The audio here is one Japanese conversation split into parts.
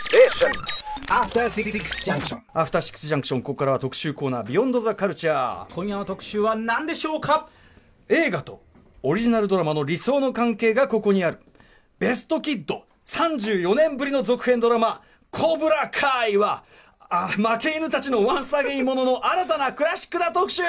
Station. After Six Junction. アフターシックスジャンクションここからは特集コーナービヨンドザカルチャー今夜の特集は何でしょうか映画とオリジナルドラマの理想の関係がここにあるベストキッド34年ぶりの続編ドラマ「コブラカイは」あ負け犬たちのワンサゲイものの新たなクラシックだ特集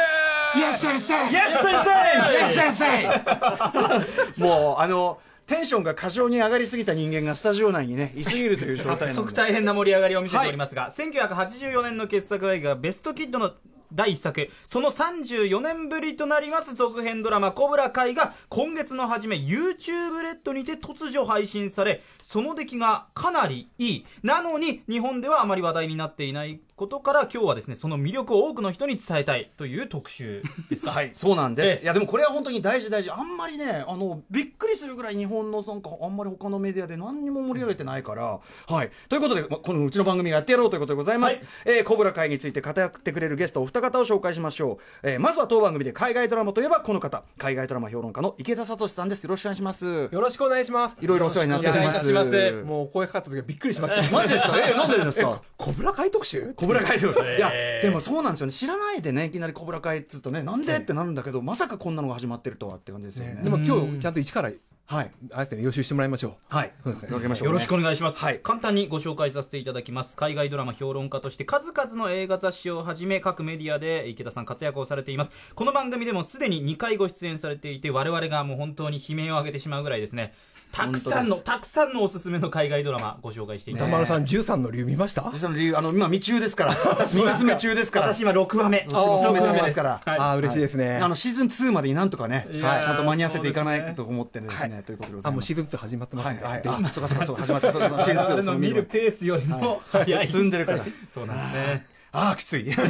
Yes, sensei. イエス先 Yes, sensei. 生もうあのテンションが過剰に上がりすぎた人間がスタジオ内にねいすぎるという状態早なの速で大変な盛り上がりを見せておりますが、1984年の傑作映画「ベストキッド」の第1作その34年ぶりとなります続編ドラマ「コブラ会」が今月の初め YouTube レッドにて突如配信されその出来がかなりいいなのに日本ではあまり話題になっていないことから今日はですねその魅力を多くの人に伝えたいという特集ですかはい、そうなんでえす。いや、でもこれは本当に大事大事。あんまりね、あの、びっくりするぐらい日本のなんか、あんまり他のメディアで何にも盛り上げてないから。はい。ということで、まこのうちの番組がやってやろうということでございます。えーコブラ会について語ってくれるゲストお二方を紹介しましょう。えーまずは当番組で海外ドラマといえばこの方、海外ドラマ評論家の池田聡さんです。よろしくお願いします。よろしくお願いします。いろいろお世話になっております。よろしくお願いいたしまもうお声かかった時はびっくりしました。マジですかえーなんでですかコブラ会特集コブラ会という。いや、でもそうなんですよね。知らないでね、いきなりコブラ会っつうとね、なんでってなるんだけど、まさかこんなのが始まってるとはって感じですよね。でも今日ちゃんと一から、はい。あえて予習してもらいましょう。はい。そうですね乗りましょう、よろしくお願いします、はい簡単にご紹介させていただきます海外ドラマ評論家として数々の映画雑誌をはじめ各メディアで池田さん活躍をされていますこの番組でもすでに2回ご出演されていて我々がもう本当に悲鳴を上げてしまうぐらいですねたくさん本当のでたくさんのおすすめの海外ドラマご紹介していただ歌きます、丸さん13の理由見ましたその理由、あの、今、未中ですから。未進め中ですから。私今6話目私も進めて六話目ますから。はいああ、嬉しいですね。あの、シーズン2までになんとかね、いちやーゃんと間に合わせていかないと思ってですね、ということでござあ、いもまうす。シーズン2始まってまはすい、ね。はい。であ、そうかそうかそう、始まった。そうそうシーズン2我を々そのの見見るる。ペースよりも早い進んでるから。そうなんですねあー、き つい。あー、き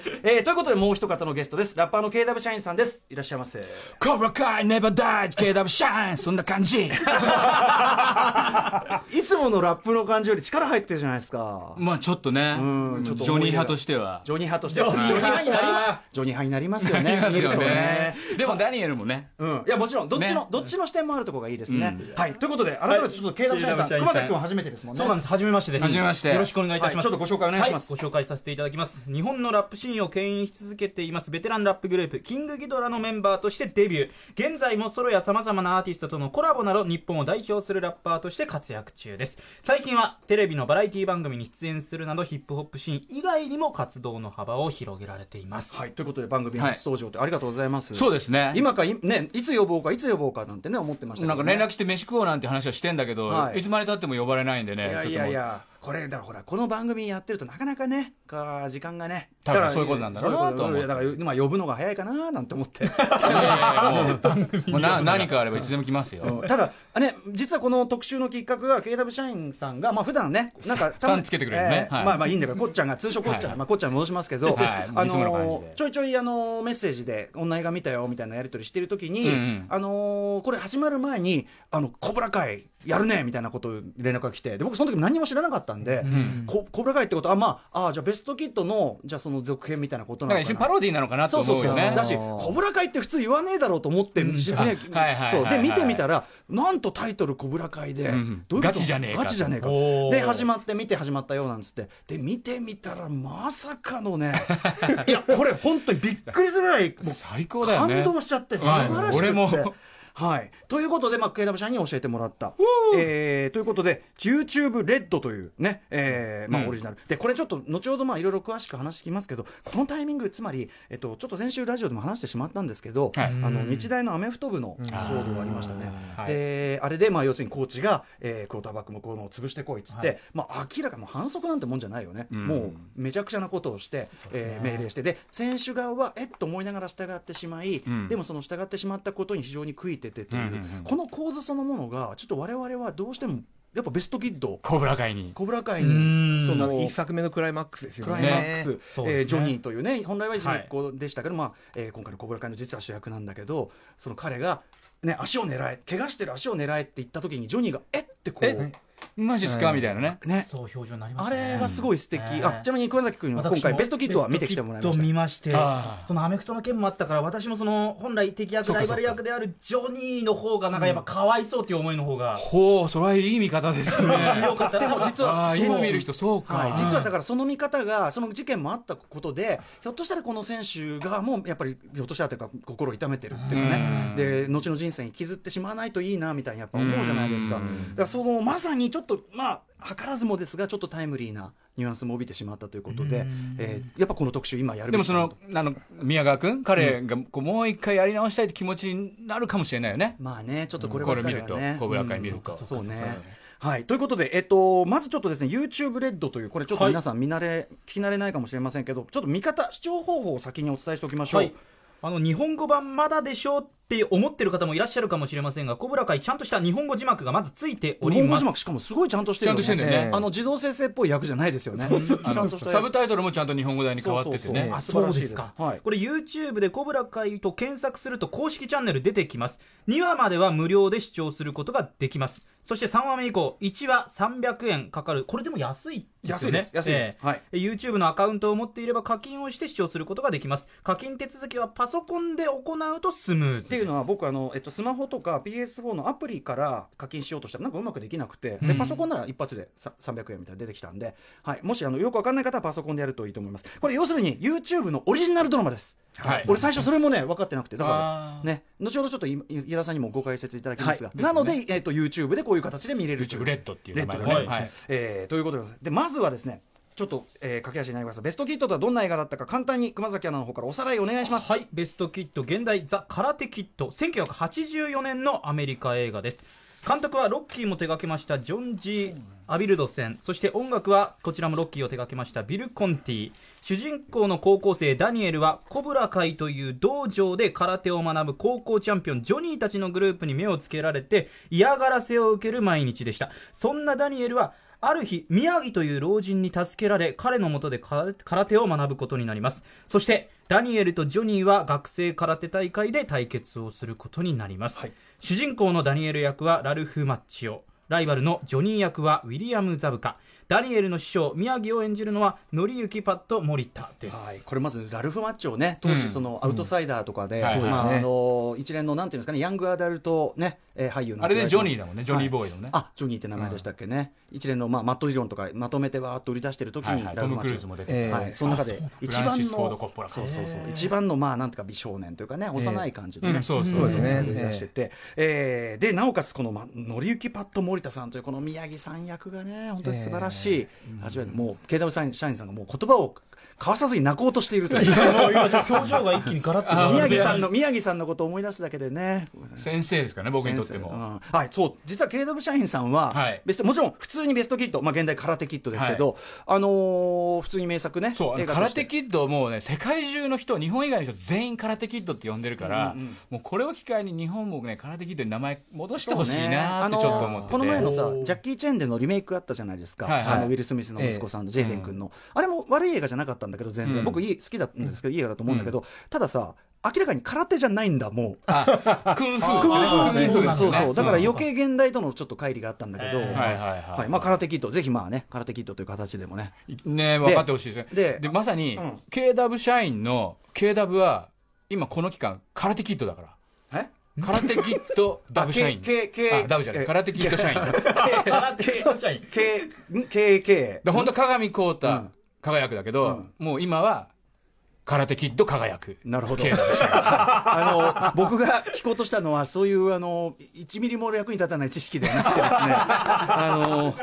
つい。えー、ということで、もう一方のゲストです。ラッパーの KW 社員さんです。いらっしゃいませ。コブラカイ never dies. KW シャイン。そんな感じ。いつものラップの感じより力入ってるじゃないですか。まあちょっとね、うんジちょっとョニー派としては。ジョニー派としては。ジョニー派になりまジョニー派になりますよありね。 ます見るよとねね。。でもダニエルもね、うん、いやもちろんどっちの、ねどっちの視点もあるところがいいですね、はいということで改めてちょっと慶田社員さん、はい熊崎君は初めてですもんねそうなんです。初めましてです。初めましてよろしくお願いいたします。はいちょっとご紹介お願いしますはご紹介させていただきます。日本のラップシーンを牽引し続けていますベテランラップグループキングギドラのメンバーとしてデビュー。現在もソロや様々なアーティストとのコラボなど日本を代表するラッパーとして活躍中です。最近はテレビのバラエティ番組に出演するなどヒップホップシーン以外にも活動の幅を広げられています。はいということで番組初登場ってありがとうございます、そうですね。今かい,、ね、いつ呼ぼうかいつ呼ぼうかなんてね思ってましたけなんど、かね、連絡して飯食おうなんて話はしてんだけど、はいい、つまでたっても呼ばれないんでね、いやいちょっやいともうやこれだからほらこの番組やってるとなかなかねか時間がね多分そういうことなんだろうなそういうことと思っていやだから今呼ぶのが早いかななんて思っていやいやいやもう もうな何かあればいつでも来ますよ。ただ、ね、実はこの特集のきっかけが KW 社員さんが、まあ普段ね、なんか、さんつけてくれるねえーはいまあまあいいんだけ ど、こっちゃんが、通称こっちゃん、はいまあこっちゃん戻しますけど、はいあいつもの感じのでちょいちょい、あのメッセージで、女映画見たよみたいなやり取りしてる時に、うんうんあのこれ始まる前に、あの、コブラ会やるねみたいなことを連絡が来て、で僕、その時何も知らなかったんで、こコブラ会ってことは、まあ、ああ、じゃあベストキットの、じゃあその続編みたいなことなだかのから一緒になパ。ロディーなのかなとそう思そううそうよね。だし、コブラ会って普通言わねえだろうと思って、ねあはいはいそうはいではい見てみたら、なんとタイトル、コブラ会で、んうんどういうことガチじゃねえかガチじゃねえかおーで、始まって、見て始まったようなんつって、で、見てみたら、まさかの ね、いや、これ、本当にびっくりするぐらい、もう最高だよね。感動しちゃって素晴らしくて、はい俺もはい、ということで、まあ、KW 社に教えてもらった、えーということで YouTube レッドというね、えーまうあ、んオリジナル、でこれちょっと後ほどまあいろいろ詳しく話聞きますけどこのタイミングつまり、えっと、ちょっと先週ラジオでも話してしまったんですけど、はいあの日大のアメフト部の騒動がありましたねあーであれで、まあ、要するにコーチが、えークォーターバックもこういうのを潰してこいっつって、まあ、明らかもう反則なんてもんじゃないよね、んもうめちゃくちゃなことをして、えー命令してで選手側はえっと思いながら従ってしまい、んでもその従ってしまったことに非常に悔いててという,、うんうんうんこの構図そのものがちょっと我々はどうしてもやっぱベストキッドコブラ会に。小倉会にそのもう一作目のクライマックスですよクラね。イマックス、ねそうですねえージョニーというね本来は主人公でしたけど、まあえー今回の「コブラ会」の実は主役なんだけどその彼が、ね、足を狙え怪我してる足を狙えって言った時にジョニーが「えっ?」てこうえマジっすかみたいなね。ねそう表情になりましあたねれはすごい素敵、うんあちなみに熊崎君は今私回もベストキットは見てきてもらいベストまキッしドた見ましてあそのアメフトの件もあったから私もその本来敵役そうラかイそうバかル役であるジョニーの方がなんかやっぱかわいそうっていう思いの方がほう、それはいい見方で すね。強かったでも実はああ、その今見る人、そうか。はい、実はだからその見方がその事件もあったことでひょっとしたらこの選手がもうやっぱりひょっとしたらというか心を痛めてるっていうかねうんで後の人生に傷ってしまわないといいなみたいにやっぱ思うじゃないですかだかうんらそのまさにちょっとまあ図らずもですがちょっとタイムリーなニュアンスも帯びてしまったということでうん、えーやっぱこの特集今やるでべもきそだなのと、あの、宮川くん、彼がこうもう一回やり直したいって気持ちになるかもしれないよね。まあねちょっとこればこっれか見りるはとね、コブラ会見ると。そうね。はい、ということで、えっと、まずちょっとですね YouTube レッドというこれちょっと皆さん見慣れ、聞き慣れないかもしれませんけどちょっと見方視聴方法を先にお伝えしておきましょう、はい、あの日本語版まだでしょうって思ってる方もいらっしゃるかもしれませんがコブラ会ちゃんとした日本語字幕がまずついてお日り本語ま字す幕しかもすごいちゃんとしてるちゃんとしてんだよねええあの自動生成っぽい役じゃないですよねあちゃんとのしたサブタイトルもちゃんと日本語題に変わっててそうそうねそ。うあ素晴らしいですそうかですはいこれ YouTube で「コブラ会」と検索すると公式チャンネル出てきます2話までは無料で視聴することができますそして3話目以降1話300円かかるこれでも安いですよね安いです安いですええはい YouTube のアカウントを持っていれば課金をして視聴することができます課金手続きはパソコンで行うとスムーズっていうのは僕あの、えっと、スマホとか PS4 のアプリから課金しようとしたらなんかうまくできなくて、でパソコンなら一発でさ300円みたいなの出てきたんで、はい、もしあのよくわかんない方はパソコンでやるといいと思いますこれ要するに YouTube のオリジナルドラマです、はい俺最初それもね分かってなくてだかあーらね後ほどちょっとい井田さんにもご解説いただきますが、はいですねなので、えっと、YouTube でこういう形で見れるという YouTube レッドっていうレ名ッ前ドででねね、はいはいえーということでございますでまずはですねちょっと、えー、駆け足になりますがベストキットとはどんな映画だったか簡単に熊崎アナの方からおさらいお願いしますはい、ベストキッド現代ザ・空手キッド1984年のアメリカ映画です監督はロッキーも手掛けましたジョン・ジー・アビルドセンそして音楽はこちらもロッキーを手掛けましたビル・コンティ主人公の高校生ダニエルはコブラ会という道場で空手を学ぶ高校チャンピオンジョニーたちのグループに目をつけられて嫌がらせを受ける毎日でしたそんなダニエルはある日宮城という老人に助けられ彼の下で空空手を学ぶことになりますそしてダニエルとジョニーは学生空手大会で対決をすることになります、はい主人公のダニエル役はラルフ・マッチオライバルのジョニー役はウィリアム・ザブカダニエルの師匠宮城を演じるのは紀之パッド・森田です、はい、これまずラルフ・マッチョをね当時そのアウトサイダーとかで、はいまそうあですねあの一連のなんていうんですかねヤングアダルト、ねえー俳優なんてあれでジョニー言わだもんね、ジれてますョニーボーイのね。はいあジョニーって名前でしたっけね、一連の、まあ、マット理論とかまとめてわーっと売り出してる時はいにはいラトルフム・マクッチルーズョも出てええて。はい、その中で一フラン番シのスフォードコッポラそうそうそう一番のまあなんていうか美少年というかね幼い感じのね、うんそうそうそうそうですね目指してて、えーでなおかつこのま乗り行きパッド森田さんというこの宮城さん役がね本当に素晴らしい、味わいでもう KW 社員社員さんがもう言葉を交わさずに泣こうとしているというもう 今ちょっと表情が一気にガラッと変わって宮城さんの宮城さんのことを思い出すだけでね。先生ですからね、僕にとってうも。んはい、そう、実は KW 社員さんは、はいベストもちろん普通にベストキット、まあ現代空手キットですけど、あのー普通に名作ね。そう、あの映画と空して手キッドをもうね、世界中の人、日本以外の人全員空手キッドって呼んでるから、もうこれを機会に日本もね、空手キッドに名前戻してほしいなってちょっと思ってて。この前のさジャッキー・チェンでのリメイクあったじゃないですか、はいはいあのウィル・スミスの息子さんの、ジェイデン君の、あれも悪い映画じゃなかったんだけど全然、うん僕いい好きだったんですけどいい映画だと思うんだけど、たださ明らかに空手じゃないんだもうあ、クンフーですね。あークンフーですそようねそうだから余計現代とのちょっと乖離があったんだけど、えーはいはいはいまあ空手キットぜひまあね空手キットという形でもねね分かってほしいですねででまさに、うん KW 社員の KW は今この期間空手キッドだからえ空手キッドダブ社員あ K- K- あダブじゃない空手キッド社員空 手の社員 K KK で本当鏡光太、うん輝くだけど、もう今は空手キッド輝くなるほど KW 社員あの僕が聞こうとしたのはそういうあの1ミリも役に立たない知識ではなくて ですねあの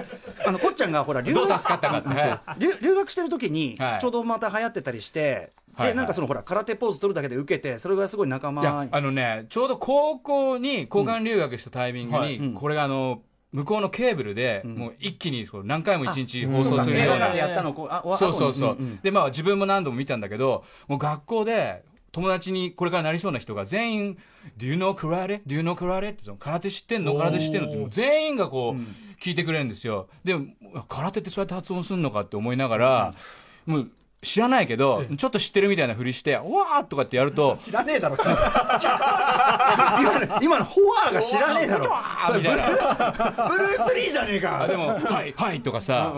あのこっちゃんがほら留ど学う助かったかってね留留学してる時にはいちょうどまた流行ってたりして、はいはでいなんかそのほら空手ポーズ取るだけで受けてそれがすごい仲間いやにあのねちょうど高校に交換留学したタイミングに、これがあの向こうのケーブルで、もう一気にそう何回も一日放送する映よ画うな館でやったのこうあわそうそうそう、んんでまあ自分も何度も見たんだけどもう学校で友達にこれからなりそうな人が全員「Do you know 空手 ?Do you know 空手?」ってその空手知ってんの空手知ってんのってもう全員がこう聞いてくれるんですよでも空手ってそうやって発音するのかって思いながら、もう知らないけど、ちょっと知ってるみたいなふりして、うわーとかってやると、知らねえだろ 今の今のフォアが知らねえだろあみたいな。ブルース・リーじゃねえあか でも、はい、はいとかさ、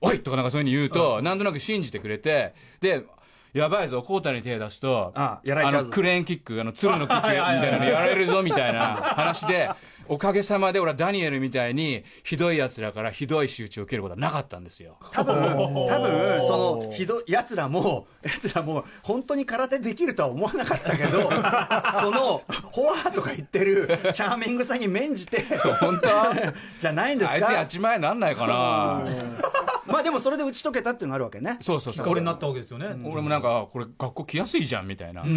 おいとかなんかそういうふうに言うと、なんとなく信じてくれて、で、やばいぞ、コータに手出すと、あやられちゃうぞのクレーンキック、あの、鶴のキックみたいなのやられるぞみたいな話で、 おかげさまで俺はダニエルみたいに、ひどい奴らからひどい仕打ちを受けることはなかったんですよ。多分多分そのひどいやつらも やつらも本当に空手できるとは思わなかったけど そのフォアとか言ってるチャーミングさに免じて本当 じゃないんですあいつやっかちまえなんないかな。まあでもそれで打ち解けたっていうのがあるわけねそうそうそう。これ俺になったわけですよね、俺もなんか、あこれ学校来やすいじゃんみたいな。こ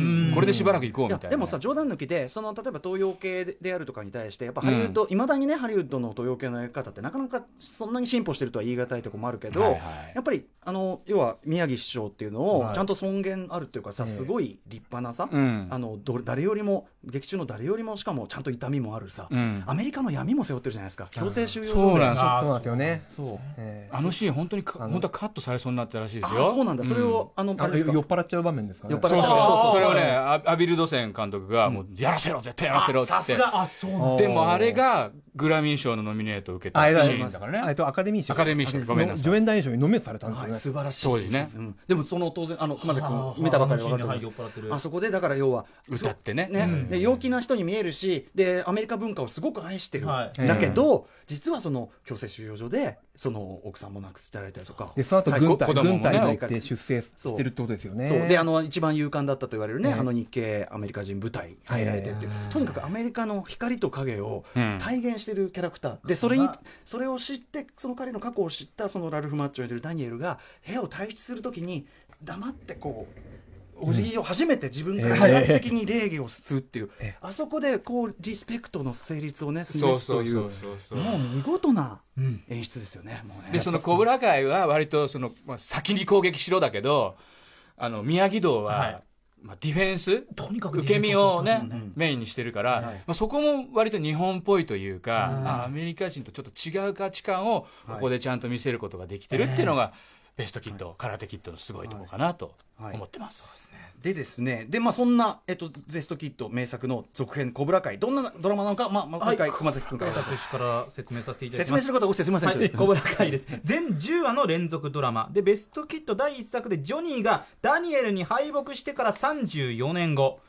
れでしばらく行こうみいたやいな。でもさ冗談抜きでその例えば東洋系であるとかに対してやっぱハリウッドいま、未だにねハリウッドの東洋系のやり方ってなかなかそんなに進歩してるとは言い難いとこもあるけど、はいはいやっぱりあの要は宮城市長っていうのをはいちゃんと尊厳あるっていうかさ、すごい立派なさ、うんあのど誰よりも劇中の誰よりもしかもちゃんと痛みもあるさ、うんアメリカの闇も背負ってるじゃないですか強制収容そ所うでなんですよ。そうなんですよね。そう。あのシーン本当にか、の本当はカットされそうになったらしいですあよ。そうなんだそれを、あのああれのですよか酔っ払っちゃう場面ですかね。酔っ払っそうそうあそうーそうそれをねアアビル・ドセン監督がもうやらせろ絶対やらせろっつさっすてがあそうなんだでもあれがグラミー賞のノミネートを受けたあれだシーンだからえっねと、アカデミー賞。アカデミー賞ごめんなさい助演男優賞にノミネートされたんですよはいね。素晴らしい当時ねうんでもその当然あの熊崎はあはあ君見たばかりで分かってあのシーンではい酔っ払ってるあそこでだから要は歌ってねそうで陽気な人に見えるしでアメリカ文化をすごく愛してる、はいだけど、実はその強制収容所でその奥さんも亡くしてられたりとかで、その後最軍後隊、子供もね軍隊に行って出征してるってことですよね。そうであの一番勇敢だったと言われるね、ええあの日系アメリカ人部隊に入られてっていう、とにかくアメリカの光と影をうん体現しているキャラクター、でそれにそれを知ってその彼の過去を知ったそのラルフ・マッチョを演じるダニエルが部屋を退出するときに黙ってこう。お辞儀を初めて自分から自発的に礼儀をするっていう、あそこでこうリスペクトの成立をねそう示すそとういうそうそうそうもう見事な演出ですよね、もうねでそのコブラ会は割とその、まあ、先に攻撃しろだけどあの宮城道は、はいまあ、ディフェンスとにかくディ受フェけンス身をね、メインにしてるから、まあ、そこも割と日本っぽいというか、あアメリカ人とちょっと違う価値観をここでちゃんと見せることができてるっていうのが、ベストキット、空手キットのすごいとこかなとはい思ってます。でですね、で、まあ、そんな、えっと、ベストキッド名作の続編、コブラ会、どんなドラマなのか、まあ、まあ、はい今回、熊崎君から。私から説明させていただき説ま明すすることが多くてすみません。はい、小村会です全10話の連続ドラマでベストキッド第1作でジョニーがダニエルに敗北してから34年後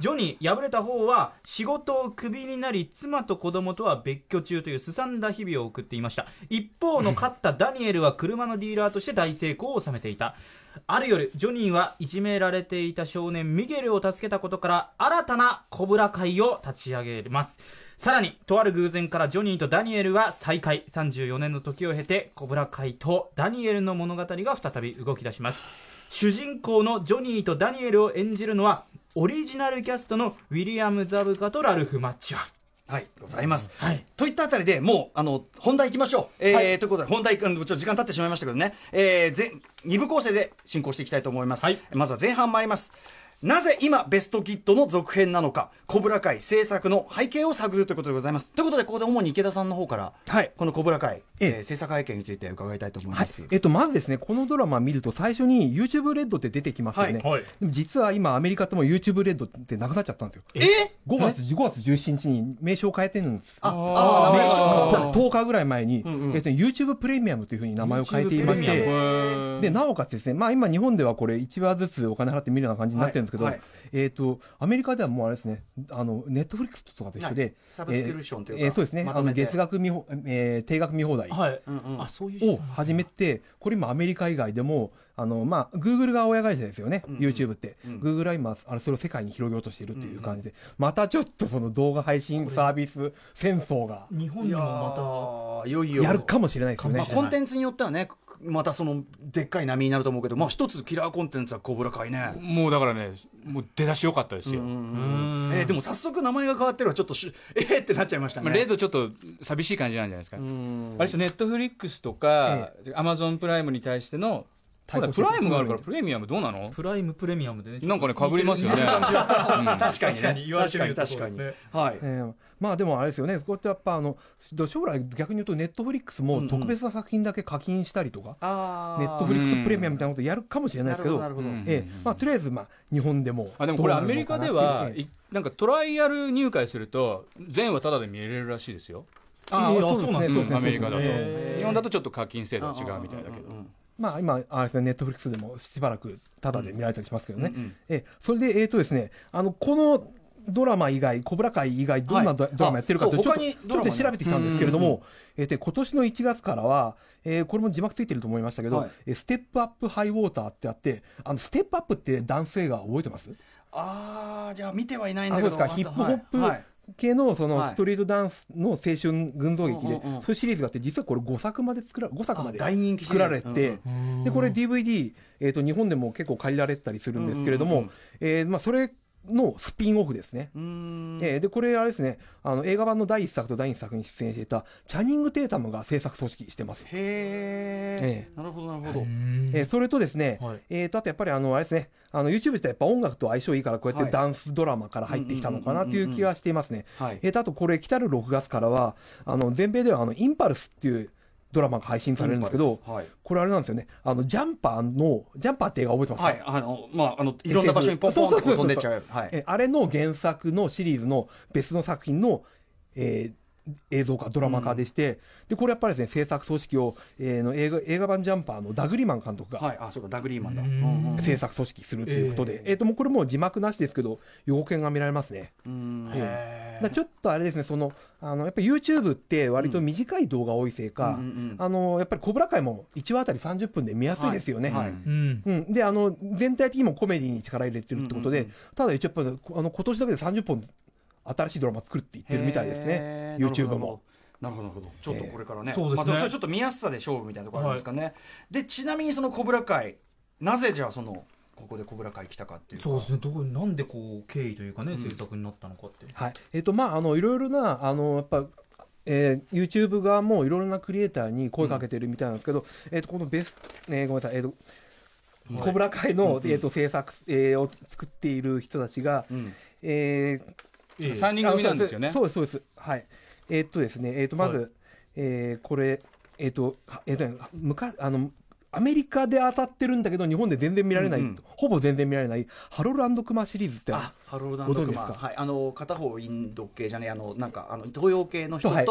ジョニー敗れた方は仕事をクビになり妻と子供とは別居中というすさんだ日々を送っていました一方の勝ったダニエルは車のディーラーとして大成功を収めていたある夜ジョニーはいじめられていた少年ミゲルを助けたことから新たなコブラ会を立ち上げますさらにとある偶然からジョニーとダニエルは再会34年の時を経てコブラ会とダニエルの物語が再び動き出します主人公のジョニーとダニエルを演じるのはオリジナルキャストのウィリアム・ザブカとラルフ・マッチョはい、ございます。はいといったあたりで、もう、あの、本題行きましょう。えーはいということで、本題、うんちょっと時間経ってしまいましたけどね、えー、全、二部構成で進行していきたいと思います。はいまずは前半参ります。なぜ今、ベストキッドの続編なのか、コブラ会制作の背景を探るということでございます。ということで、ここで主に池田さんの方から、はいこのコブラ会、えええー制作背景について伺いたいと思います。えっと、まずですね、このドラマ見ると最初に YouTube レッドって出てきますよね。はいはいでも実は今アメリカとも YouTube レッドってなくなっちゃったんですよ。え5月、5月17日に名称を変えてるんです。あ、ああー名称変わったんです10日ぐらい前に、んうんえっと、YouTube プレミアムというふうに名前を変えていまし YouTube プレミアてム、で、なおかつですね、まあ今日本ではこれ1話ずつお金払って見るような感じになってるんですけど、はいはいえっ、と、アメリカではもうあれですね、あの、ネットフリックスとかと一緒で、はいサブスクリプションというえかーえーそうですね、まあとめの、て月額見ほ、えー定額見放題。はい、んあそういうを人始めて、これ今アメリカ以外でも、あの、まあ、Google が親会社ですよね、YouTube って。Google は今、あのそれを世界に広げようとしているという感じで、またちょっとその動画配信サービス戦争が日本にもまあーいよいよやるかもしれないですよまあ、ね。コンテンツによってはねまたそのでっかい波になると思うけど、まあ、一つキラーコンテンツはコブラ会ね、もうだからね、もう出だし良かったですよ。えーでも早速名前が変わってるのはちょっとし えー、ってなっちゃいましたね、まあ、レッドちょっと寂しい感じなんじゃないですか。あれでしょ、ネットフリックスとか、アマゾンプライムに対しての対抗してプライムがあるからプレミアムどうなのプライムプレミアムでねなんかね被りますよね確かにね確かに言われてみると確そうかでにすね確かにはいえーまあでもあれですよね、そこってやっぱあの、将来逆に言うと、ネットフリックスも特別な作品だけ課金したりとか、あネットフリックスプレミアムみたいなことやるかもしれないですけど、なるほどなるうんええまあ、とりあえず、まあ、日本でもあでもこれアメリカではどうなるのかなっていうええいなんかトライアル入会すると全話タダで見れるらしいですよ、あいいあよそうそうなんでですすね、そううですねんアメリカだとそうですね日本だとちょっと課金制度は違うみたいだけどまあ、今、あれですね、ネットフリックスでもしばらくタダで見られたりしますけどね、ええそれで、えっ、とですね、あのこのドラマ以外、コブラ会以外、どんなド,、はいラマやってるかというちょあっそとう他にちドょラっマとね調べてきたんですけれども、えっと今年の1月からは、えーこれも字幕ついてると思いましたけど、はいえーステップアップハイウォーターってあって、あのステップアップって男性が覚えてますあーじゃあ見てはいないんあだそけうどですか、ヒップホップはい系のそはいのストリートダンスの青春群像劇で、うんうんうんそういうシリーズがあって、実はこれ5作まで作ら、5作まであ大人気シリ作ーらズれて、で、これ DVD、えっ、と、日本でも結構借りられたりするんですけれども、うんうんえーまあ、それのスピンオフですね。うーんえーで、これ、あれですね、あの、映画版の第1作と第2作に出演していた、チャニング・テータムが制作組織してます。へえーなるほどなるほどえーそれとですね、はいえーと、あとやっぱりあの、あれですね、あの、YouTube 自体やっぱ音楽と相性いいから、こうやっはいてダンスドラマから入ってきたのかなという気がしていますね。はいえーと、あとこれ、来たる6月からは、あの、全米ではあの、インパルスっていうドラマが配信されるんですけインどパルスはい、これあれなんですよね、あの、ジャンパーの、ジャンパーって映画覚えてますかはいあのまああのいろんな場所にポンポンってこう飛んでっちゃうやつはいえあれの原作のシリーズの別の作品の、えー映像化、ドラマ化でして、で、これやっぱりですね、制作組織を、えーの映画、映画版ジャンパーのダグリマン監督が、はいあそうかダグリーマンだううんんうん制作組織するということで、えっ、と、もうこれもう字幕なしですけど、予告編が見られますね。うんええだからちょっとあれですね、その、あの、やっぱり YouTube って割と短い動画多いせいか、うんうんうんあの、やっぱりコブラ会も1話あたり30分で見やすいですよね。はいはいうんうん、であの全体的にもコメディに力入れてるってことで、ただ一応やっぱあの今年だけで30本新しいドラマ作るって言ってるみたいですねへ、ー YouTube も。。なるほどなるほどちょっとこれからね、そうですねまあ、それはちょっと見やすさで勝負みたいなところあるんですかね、でちなみにその小倉会なぜじゃあそのここで小倉会来たかっていうかそうですねどこなんでこう経緯というかね制作になったのかってはいえっとまああのいろいろなあのやっぱえー、YouTube 側もいろいろなクリエイターに声かけてるみたいなんですけど、えっとこのベスト、ね、ごめんなさい、えっとコブラ会の、えっと制作、えーを作っている人たちが、んえー3人組なんですよねあそうそうです、そうです。はい。えーっとですね、えーっと、まず、はえーこれ、えーっと、はえーっとね、昔、あの、アメリカで当たってるんだけど、日本で全然見られない、うんうんほぼ全然見られない、ハロルクマシリーズってあるあハロルドご存知クでマすかはいあの片方インド系じゃねえあのなんかあの東洋系の人と、はい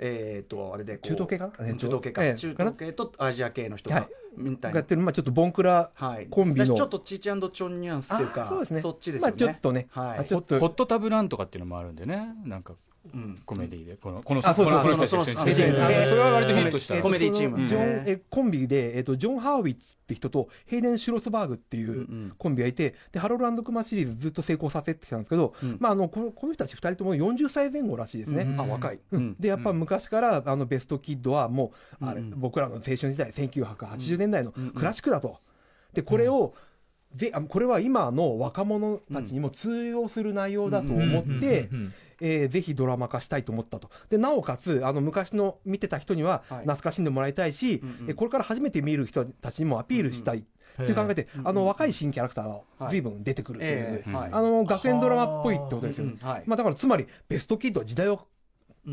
えっ、とあれでこう中東系かな中東系か、えっと中東系とアジア系の人が、はいみたいがやなってる、まあちょっとボンクラはいコンビの。私ちょっとチーチャンドチョンニュアンスあっていうかそうですね。っちですよね、まあちょっとね、はいあちょっホッと、トタブランとかっていうのもあるんでねなんかうんコメディでこのこのあそうそうこのこのそ人うたそうそうちと一緒にえ作っえてそれは割とヒットしたえーっとコメディチームそのジョンねえーコンビで、えーっと、ジョン・ハーウィッツって人と、ヘイデン・シュロスバーグっていうコンビがいて、で、ハロルクマシリーズずっと成功させてきたんですけど、まあ、あの、このこの人たち二人とも40歳前後らしいですね。あ若い、うんでやっぱ昔からあのベストキッドはもうあれ、僕らの青春時代1980年代のクラシックだと、でこれを、ぜあこれは今の若者たちにも通用する内容だと思ってうんうんうんうんうんえーぜひドラマ化したいと思ったとでなおかつあの昔の見てた人にははい懐かしんでもらいたいし、えーこれから初めて見る人たちにもアピールしたいという考えで、あの若い新キャラクターが随分出てくるという、ええはいあの学園ドラマっぽいってことですよね。はいまあ、だからつまりベストキッドは時代を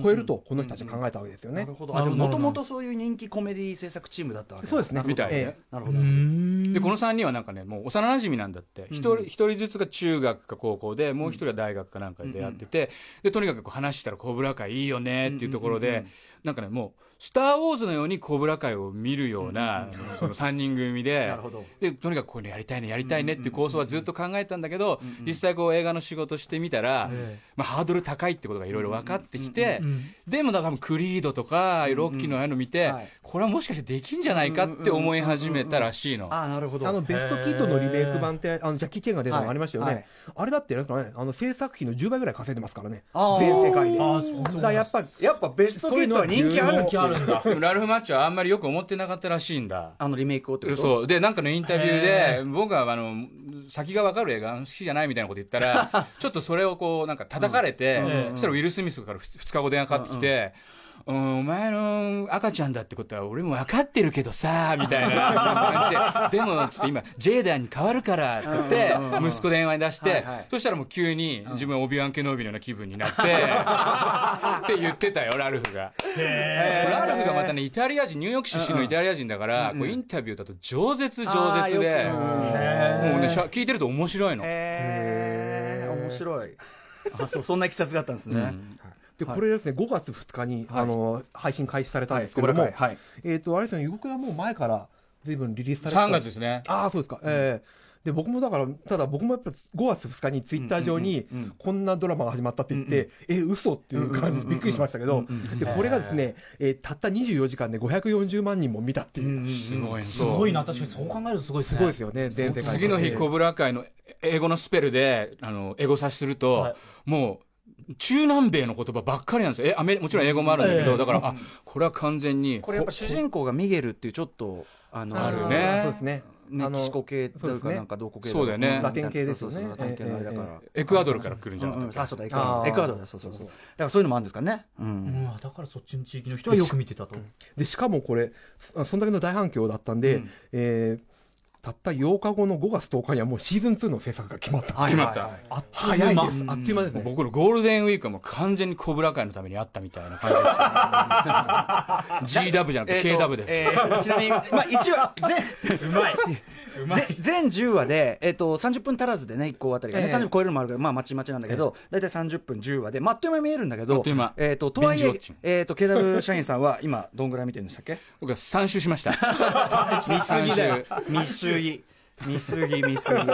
超えるとこの人たちは考えたわけですよね。なるほど。なあ、るほでもどもともとそういう人気コメディ制作チームだったわけだそうですねなるほどみたいねなるほど。でこの3人はなんかねもう幼馴染なんだって一、人一人ずつが中学か高校でもう一人は大学かなんかで出会ってて、でとにかくこう話したら「コブラ会いいよね」っていうところで、なんかねもう「スター・ウォーズ」のようにコブラ会を見るような、その3人組でなるほどでとにかくこういうのやりたいねやりたいねっていう構想はずっと考えたんだけど、実際こう映画の仕事してみたら、まあ、ハードル高いってことがいろいろ分かってきて、でもだから多分クリードとかロッキーのああいうの見て、はいこれはもしかしてできんじゃないかって思い始めたらしいの。あ、なるほど。あのベストキッドのリメイク版ってあのジャッキー・チェンが出たはいのありましたよね、はいあれだってなんか、ね、あの制作費の10倍ぐらい稼いでますからねあー全世界であーそうだからやっぱやっぱベストキッドは人気あるっていうそういうのは重要でもラルフ・マッチョはあんまりよく思ってなかったらしいんだ。あのリメイクをってことそうでなんかのインタビューで僕はあの先が分かる映画好きじゃないみたいなこと言った らちょっとそれをこうなんか叩かれて、そしたらウィル・スミスからふつ2日後電話かかってきて、うん、お前の赤ちゃんだってことは俺も分かってるけどさ、みたい な感じで、でも、つって今、ジェイダーに変わるから、って言って、息子電話に出して、そしたらもう急に自分はオビワン・ケノービのような気分にな って、って言ってたよ、ラルフが。ラルフがまたね、イタリア人、ニューヨーク出身のイタリア人だから、こうインタビューだと饒舌饒舌で、もうね、しゃ聞いてると面白いの。へえ面白いあそうそんな経きがあったんですね、で、これですね、5月2日に、あの、配信開始されたんですけはどい小も倉、会はいえっと、あれですね、予告はもう前から随分リリースされてた3月ですね。ああ、そうですか。ええで、僕もだから、ただ僕もやっぱ5月2日にツイッター上に、こんなドラマが始まったって言って、え、嘘っていう感じでびっくりしましたけど、で、これがですね、えーたった24時間で540万人も見たっていう、すすごい、すすごいな、確かにそう考えるとすごいですね。ごいですよね、全世界次の日、こコブラ会の英語のスペルで、あの、英語差しすると、はいもう、中南米の言葉ばっかりなんですよ。え、アメリもちろん英語もあるんだけど、だから、あ、これは完全に、これやっぱ主人公がミゲルっていうちょっとあのあるようねそうですね。メキシコ系とそういでうすかねなんかどこ系そうだよねラテン系そうそうそうラテン系のあれだからエクアドルから来るんじゃなうかんっうんたっあそうだエクアドあールエクアドルだそうそうそうだからそういうのもあるんですかねうんうんだからそっちの地域の人はよく見てたと。で、しかもこれ、そそんだけの大反響だったんで、えーたった8日後の5月10日にはもうシーズン2の制作が決まった。け決まった。あっと早うい間です。あっという間ですね。僕のゴールデンウィークはもう完全にコブラ会のためにあったみたいな感 じです、GW じゃなくて KW です。えーとえーちなみに、まあ、一話全うまい。うまい。ぜ全10話で、えっと30分足らずでね1個あたりがね、ええ30分超えるのもあるからまあまちまちなんだけど、大体30分10話で、まああっという間に見えるんだけどあっという間えっととはいビえンジウォッチング、えっと KW 社員さんは今どんぐらい見てるんでしたっけ僕は3周しました。見すぎだよ見すぎ見すぎ見す ぎうん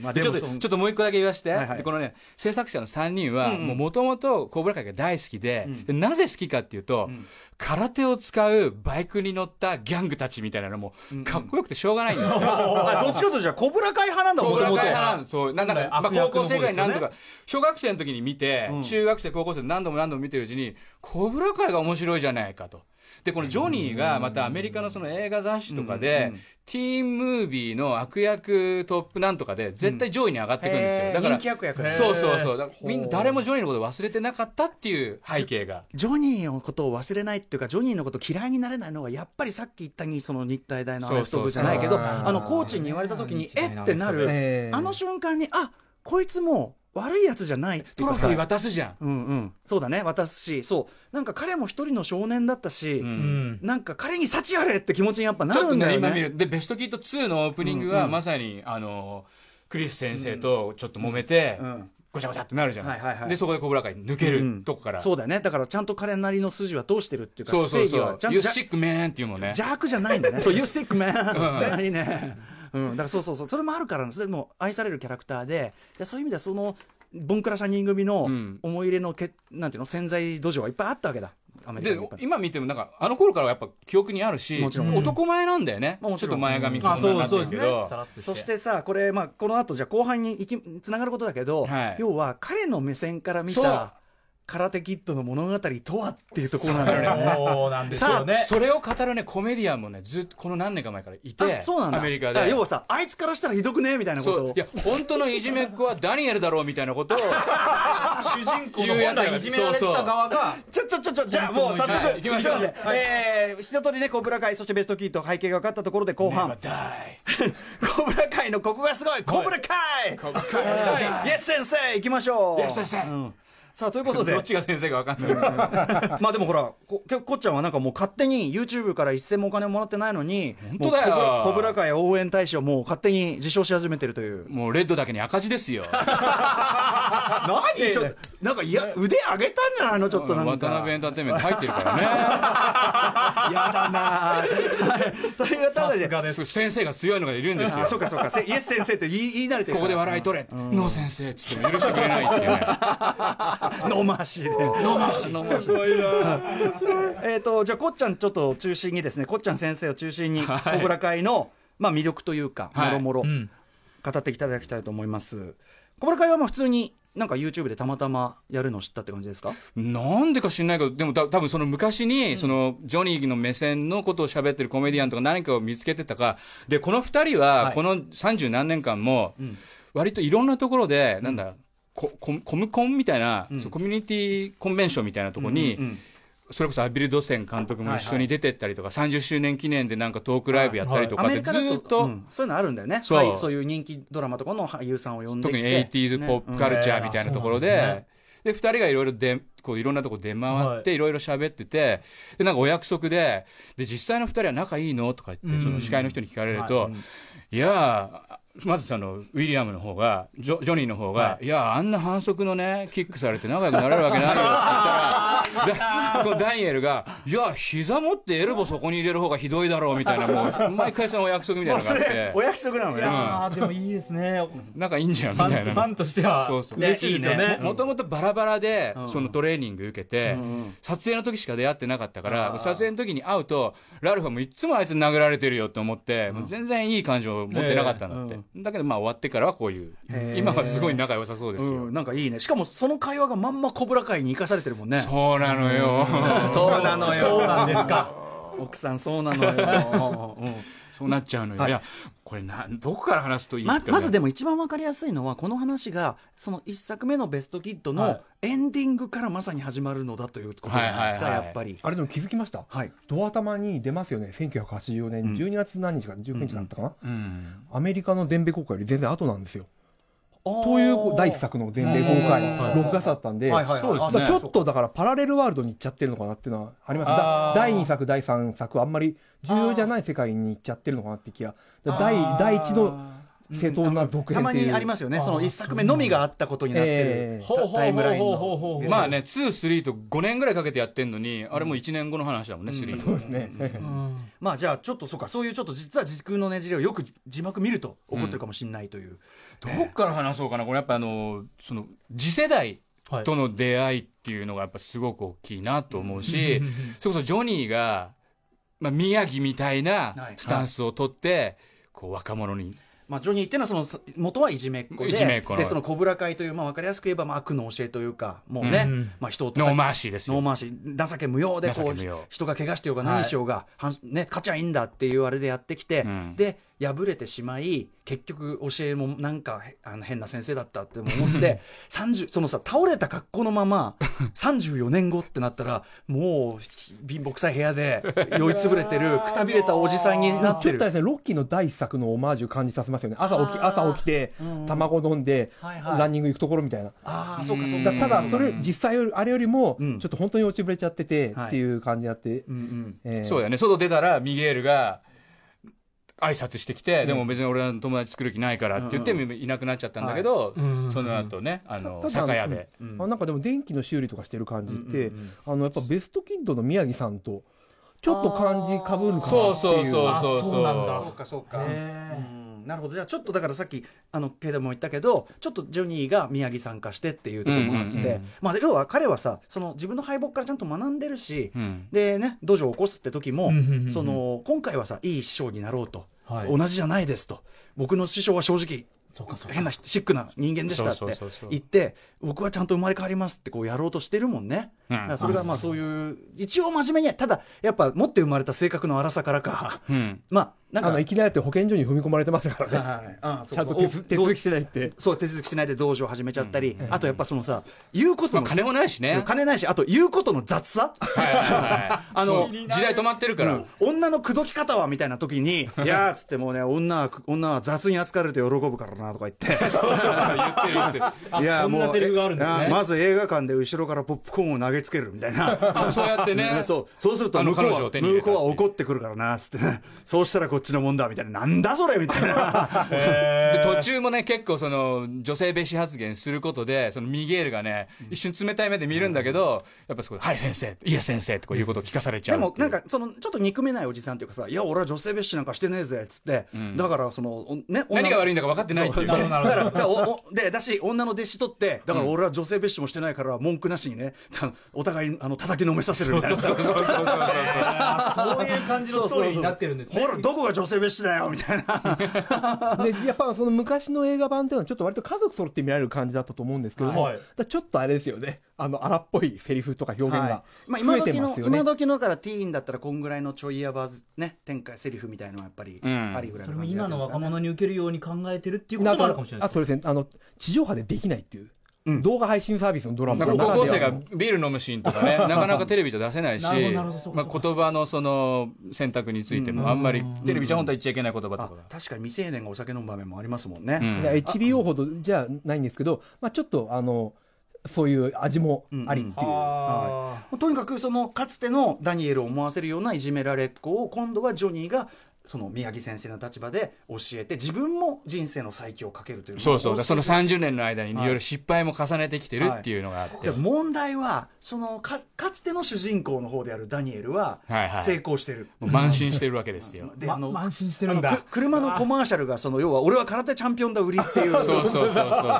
まあでちょもっとちそょんっともう一個だけ言わせて、はいはいでこのね制作者の3人はもともとコブラ会が大好きで,で、なぜ好きかっていうと、空手を使うバイクに乗ったギャングたちみたいなのもかっこよくてしょうがないんだよ、あどっちかというとじゃあコブラ会派なんだコもブラと会もと派なんですそうなんだか、まあ、悪役の高校生ぐらいに何度方か、小学生の時に見て、中学生高校生何度も何度も見てるうちにコブラ会が面白いじゃないかと。でこのジョニーがまたアメリカのその映画雑誌とかで、ティーンムービーの悪役トップなんとかで絶対上位に上がっていくんですよ、だから人気役役そうそうそう。だからみんな誰もジョニーのことを忘れてなかったっていう背景が。ジョニーのことを忘れないっていうか、ジョニーのことを嫌いになれないのは、やっぱりさっき言ったに、その日体大のアメフト部じゃないけど、そうそうそうあの、コーチに言われた時に、えってなる、ええあの瞬間に、あこいつもう悪いやつじゃないっていトうロかフさィー渡すじゃん。うんうん。そうだね、渡すし、そう。なんか彼も一人の少年だったし、うん。なんか彼に幸あれって気持ちにやっぱなちょっるとんだね、よ今見ね。る。で、ベストキット2のオープニングは、まさに、あの、クリス先生とちょっと揉めてう、んごちゃごちゃってなるじゃはいはいはないい。で、そこでコブラ会抜けうるんとこから。そそううだよね。だからちゃんと彼なりの筋は通してるっていうか、そうそう。正義はちゃん You とじゃ sick man っていうもんね。邪悪じゃないんだね。そう、You sick man! いいね。うん、だからそうそうそう、それもあるからなんです、でも愛されるキャラクターで、じゃあそういう意味では、その、ボンクラ社人組のん思い入れのけ、なんていうの、潜在土壌はいっぱいあったわけだ、アメリカでにいっぱい。今見てもなんかあの頃からやっぱ記憶にあるしもちろんもちろん男前なんだよねちまあょもっちろんと前髪こんなあ、にそなうってそうでるすけね。どさらっとそしてさ、これ、まあ、この後じゃあ後半にいきつながることだけど、はい要は彼の目線から見そうた、空手キッドの物語とはっていうところなんだよね。そうなんですよね。それを語るねコメディアンもねずっとこの何年か前からいてあそうなんだアメリカだかでら要はさあいつからしたらひどくねみたいなこそとうをいや本当のいじめっ子はダニエルだろうみたい なことを主人公のの本本来来いじめられてた側が、ちょちょちょちょじゃあもう早は速い行きましょう行きのでえー一通りねコブラ会そしてベストキーと背景が分かったところで後半 コブラ会のここがすごいコブラ会ここからイエス先生行きましょう Yes 先生うんさあということどでっちが先生か分かんない まあでもほらここっちゃんはなんかもう勝手に YouTube から一銭もお金をもらってないのに本当だよコブラ会応援大使をもう勝手に自称し始めてると いうもうレッドだけに赤字ですよ何ちょっとなんかいや腕上げたんじゃないのちょっと渡なんか 辺エンターテインメント入ってるからやだなぁそれがただで ねそう先生が強いのがいるんですよあそうかそうかせイエス先生って言い言い慣れてるここで笑い取れノー先生っつっても許してくれないっていうねノーマーシーでノーマーシー えっとじゃあこっちゃんちょっと中心にですねこっちゃん先生を中心にはい小倉会のまあ魅力というかもはいろもろ語っていただきたいと思います小倉会はもう普通になんか YouTube でたまたまやるのを知ったって感じですかなんでか知んないけど、でもた多分その昔に、そのジョニーの目線のことを喋ってるコメディアンとか何かを見つけてたか、で、この二人は、この三十何年間も、割といろんなところで、なんだ、こコムコムコンみたいな、そうコミュニティコンベンションみたいなところに、それこそアビル・ドセン監督も一緒に出てったりとか、30周年記念でなんかトークライブやったりとアかっメてリカずだとーっと、うんそういうのあるんだよねそうはいそういう人気ドラマとかの俳優さんを呼んでき特てに 80s ポップカルチャーみたいなところで、ねうんで2人がいろいろでこういろんなとこ出回って、いろいろ喋っててでなんかお約束でで実際の2人は仲いいのとか言ってその司会の人に聞かれると、いやーまずそのウィリアムの方がジョジョニーの方が、い、やーあんな反則のねキックされて仲良くなれるわけないよって言ったらだこのダニエルが「いや膝持ってエルボそこに入れる方がひどいだろう」みたいなもう毎回そのお約束みたいもうなのがそあっれてお約束なのいねやーでもいいですね仲いいんじゃんみフたァいンなファンとしてはそうそう嬉しいですよねいいねねもともとバラバラでそのトレーニング受けて、撮影の時しか出会ってなかったから撮影の時に会うとラルフはもういつもあいつ殴られてるよって思って、もう全然いい感情を持ってなかったんだって、だけどまあ終わってからはこういうへー今はすごい仲良さそうですよ、うんなんかいいねしかもその会話がまんまコブラ会に生かされてるもんねそうなのよ、そうなのそうなんですか奥さんそうなのよ、うんそうなっちゃうのよ、い、やこれなどこから話すといいまかまずでも一番わかりやすいのはこの話がその一作目の「ベストキッド」のエンディングからまさに始まるのだということじゃないですか、はいはいはいやっぱり。あれでも気づきました、はいドア玉に出ますよね、1984年12月何日か、19日だったかな、うんアメリカの全米公開より全然後なんですよ。という第一作の全米公開、6月だったんで、はいはいはいそうですねだからちょっとだからパラレルワールドに行っちゃってるのかなっていうのはありますだあー第2作、第3作、あんまり重要じゃない世界に行っちゃってるのかなって気が、だ第第1の正当な続た編っまていう。にありますよねその一作目のみがあったことになってる、ええほうほうほうほうほうタイムラインのほうほうほうまあね23と5年ぐらいかけてやってんのにあれもう1年後の話だもんね3、そうですね。まあじゃあちょっとそうかそういうちょっと実は時空のねじれをよく字幕見ると起こってるかもしれないという、どこから話そうかな、これやっぱあのその次世代との出会いっていうのがやっぱすごく大きいなと思うし、それこそジョニーが、まあ、宮城みたいなはいスタンスを取って、こう若者にまあ、ジョニーっていうのはその元はいじめっ子でいじめっ子のでそのコブラ会という、まあ、分かりやすく言えば、まあ、悪の教えというかもうね、うんまあ、人を叩ノきーマーシーですノーよ。マーシー情け無用でこ情うけ無用人が怪我してようが何しようが、はんね、勝ちゃいいんだっていうあれでやってきて、うんで敗れてしまい結局教えもなんかへあの変な先生だったって思って 30そのさ倒れた格好のまま34年後ってなったらもうひ貧乏くさい部屋で酔いつぶれてるくたびれたおじさんになっちてょっると。ですね、ロッキーの第一作のオマージュ感じさせますよね。朝起き、朝起きて、卵飲んで、はいはいランニング行くところみたいな。ああそうかそうかだただ、それ、実際より、あれよりも、うんちょっと本当に落ちぶれちゃってて、はいっていう感じになって、うんうんええそうだよね外出たらミゲールが挨拶してきて、でも別に俺は友達作る気ないからって言って、いなくなっちゃったんだけど、その後ね、あのただ酒屋で、うんあなんかでも電気の修理とかしてる感じって、あのやっぱベストキッドの宮城さんとちょっと感じかぶるかなっていそううそうそうそうあそうなんだそうかそうか、うんなるほどじゃあちょっとだからさっきあのケイダも言ったけどちょっとジョニーが宮城参加してっていうところもあって、うんうんうんまあ、要は彼はさその自分の敗北からちゃんと学んでるし、うんでね道場を起こすって時んも、うんうんうんその今回はさいい師匠になろうと、はい同じじゃないですと僕の師匠は正直そうかそうか変なシックな人間でしたっそうそうてそうそう言って僕はちゃんと生まれ変わりますってこうやろうとしてるもんね、うんだからそれがまあそういう一応真面目にはただやっぱ持って生まれた性格の荒さからか、うんまあなんあのかいきなりだって保健所に踏み込まれてましたからねはいああそちうゃんと手続手続きしてないってそう手続きしないで道場を始めちゃったり、あとやっぱそのさ言うことまあの、金もないしね。金ないしあと言うことの雑 さはいはいはい。ああのの、時代止まってるから。女の口説き方はみたいな時 に「いや」っつってもうね女は女は雑に扱われて喜ぶからなとか言っ て言ってる言ってる。あ いやそんなセリフがあるんですねもうえまず映画館で後ろからポップコーンを投げつけるみたいなあそうやって ね。 そうそうするとあの向こう彼女はを手に向入れたこうは怒ってくるからなっつって ねそうしたらこっちのもんだみたいななんだそれみたいなで途中もね、結構その、女性蔑視発言することで、そのミゲールがね、一瞬冷たい目で見るんだけど、やっぱそこで、はい先生、いや先生ってこういうことを聞かされ ちゃでうっていう。もなんかそのちょっと憎めないおじさんというかさ「いや俺は女性蔑視なんかしてねえぜ」っつって、だからそのおね何が悪いんだだか分かってないっていう。だからだからおおでだし女の弟子取ってだから俺は女性蔑視もしてないから文句なしにねあのお互いあの叩きのめさせるみたいな。そうそうそうそうそう。そういう感じのストーリーになってるんですねほらどこが女性蔑視だよみたいなでやっぱその昔の映画版っていうのはちょっと割と家族揃って見られる感じだったと思うんですけども、はいだからちょっとあれですよねあの荒っぽいセリフとか表現がはいま増あ、今えて時まのすよね、今時のだからティーンだったらこんぐらいのちょいやばずね展開セリフみたいのはやっぱりんありぐらいそのれも感じに今なってのます若からね者に受けるように考えてるっていうこともあるかもしれないあですとですねあの地上波でできないっていう動画配信サービスのドラマ高校生がビール飲むシーンとかね、なかなかテレビじゃ出せないし、まあなるほどなるほどそうかそう言葉のその選択についても、あんまりテレビじゃ本当は言っちゃいけない言葉とかあが。確かに未成年がお酒飲む場面もありますもんね、うんで HBO ほどじゃないんですけど、まあ、ちょっとあのそういう味もありっていう、あーとにかくそのかつてのダニエルを思わせるようないじめられっ子を今度はジョニーがその宮城先生の立場で教えて自分も人生の再起をかけるというそうそう、だからその再30年の間にいろいろ失敗も重ねてきてるっていうのがあって。問題はそのかかつての主人公の方であるダニエルははいはい成功してる、もう慢心してるわけですよ。であの慢心してあるんのだく車のコマーシャルがその要は俺は空手チャンピオンだ売りっていう そうそうそうそう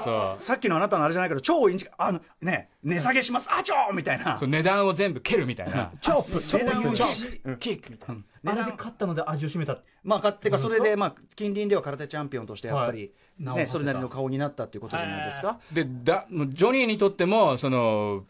そう。さっきのあなたのあれじゃないけど超インチキあのね値下げしますあちょーみたいなそう値段を全部蹴るみたいな。チョップチョ値段ッをプチョキックみたいな。あ値れで段勝ったので味を占めたまあかってかそれでまあ近隣では空手チャンピオンとしてやっぱり、ねはいそれなりの顔になったっていうことじゃないですか。で、だ、もうジョニーにとっても、その、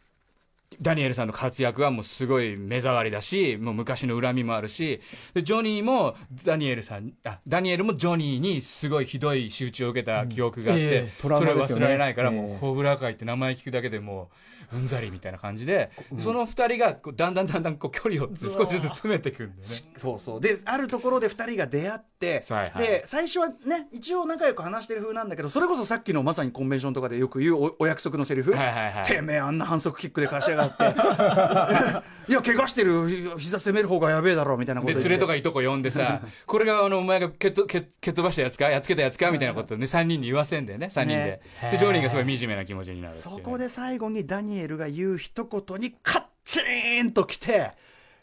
ダニエルさんの活躍はもうすごい目障りだし、もう昔の恨みもあるし、で、ジョニーもダニエルさん、あ、ダニエルもジョニーにすごいひどい仕打ちを受けた記憶があって、うんええトラウそれマをですよ忘ねれられないから、ええもう、コブラ会って名前聞くだけでもう、うんざりみたいな感じで、その二人がこうだんだんだんだんこう距離を少しずつ詰めていくんだよね。そうそうであるところで2人が出会って、はいはいで最初はね一応仲良く話してる風なんだけどそれこそさっきのまさにコンベンションとかでよく言うおお約束のセリフ、はいはいはいてめえあんな反則キックでかしやがって いや怪我してるひ膝攻める方がやべえだろみたいなことで、言っ連てれとかいとこ呼んで さ、これがあの、お前が蹴っと蹴っ蹴っ飛ばしたやつか、やっつけたやつか、みたいなことをね、3人に言わせんだよね、3人でね。で、ジョニーがすごい惨めな気持ちになるっていうそね。こで最後にダニエルが言う一言にカッチーンときて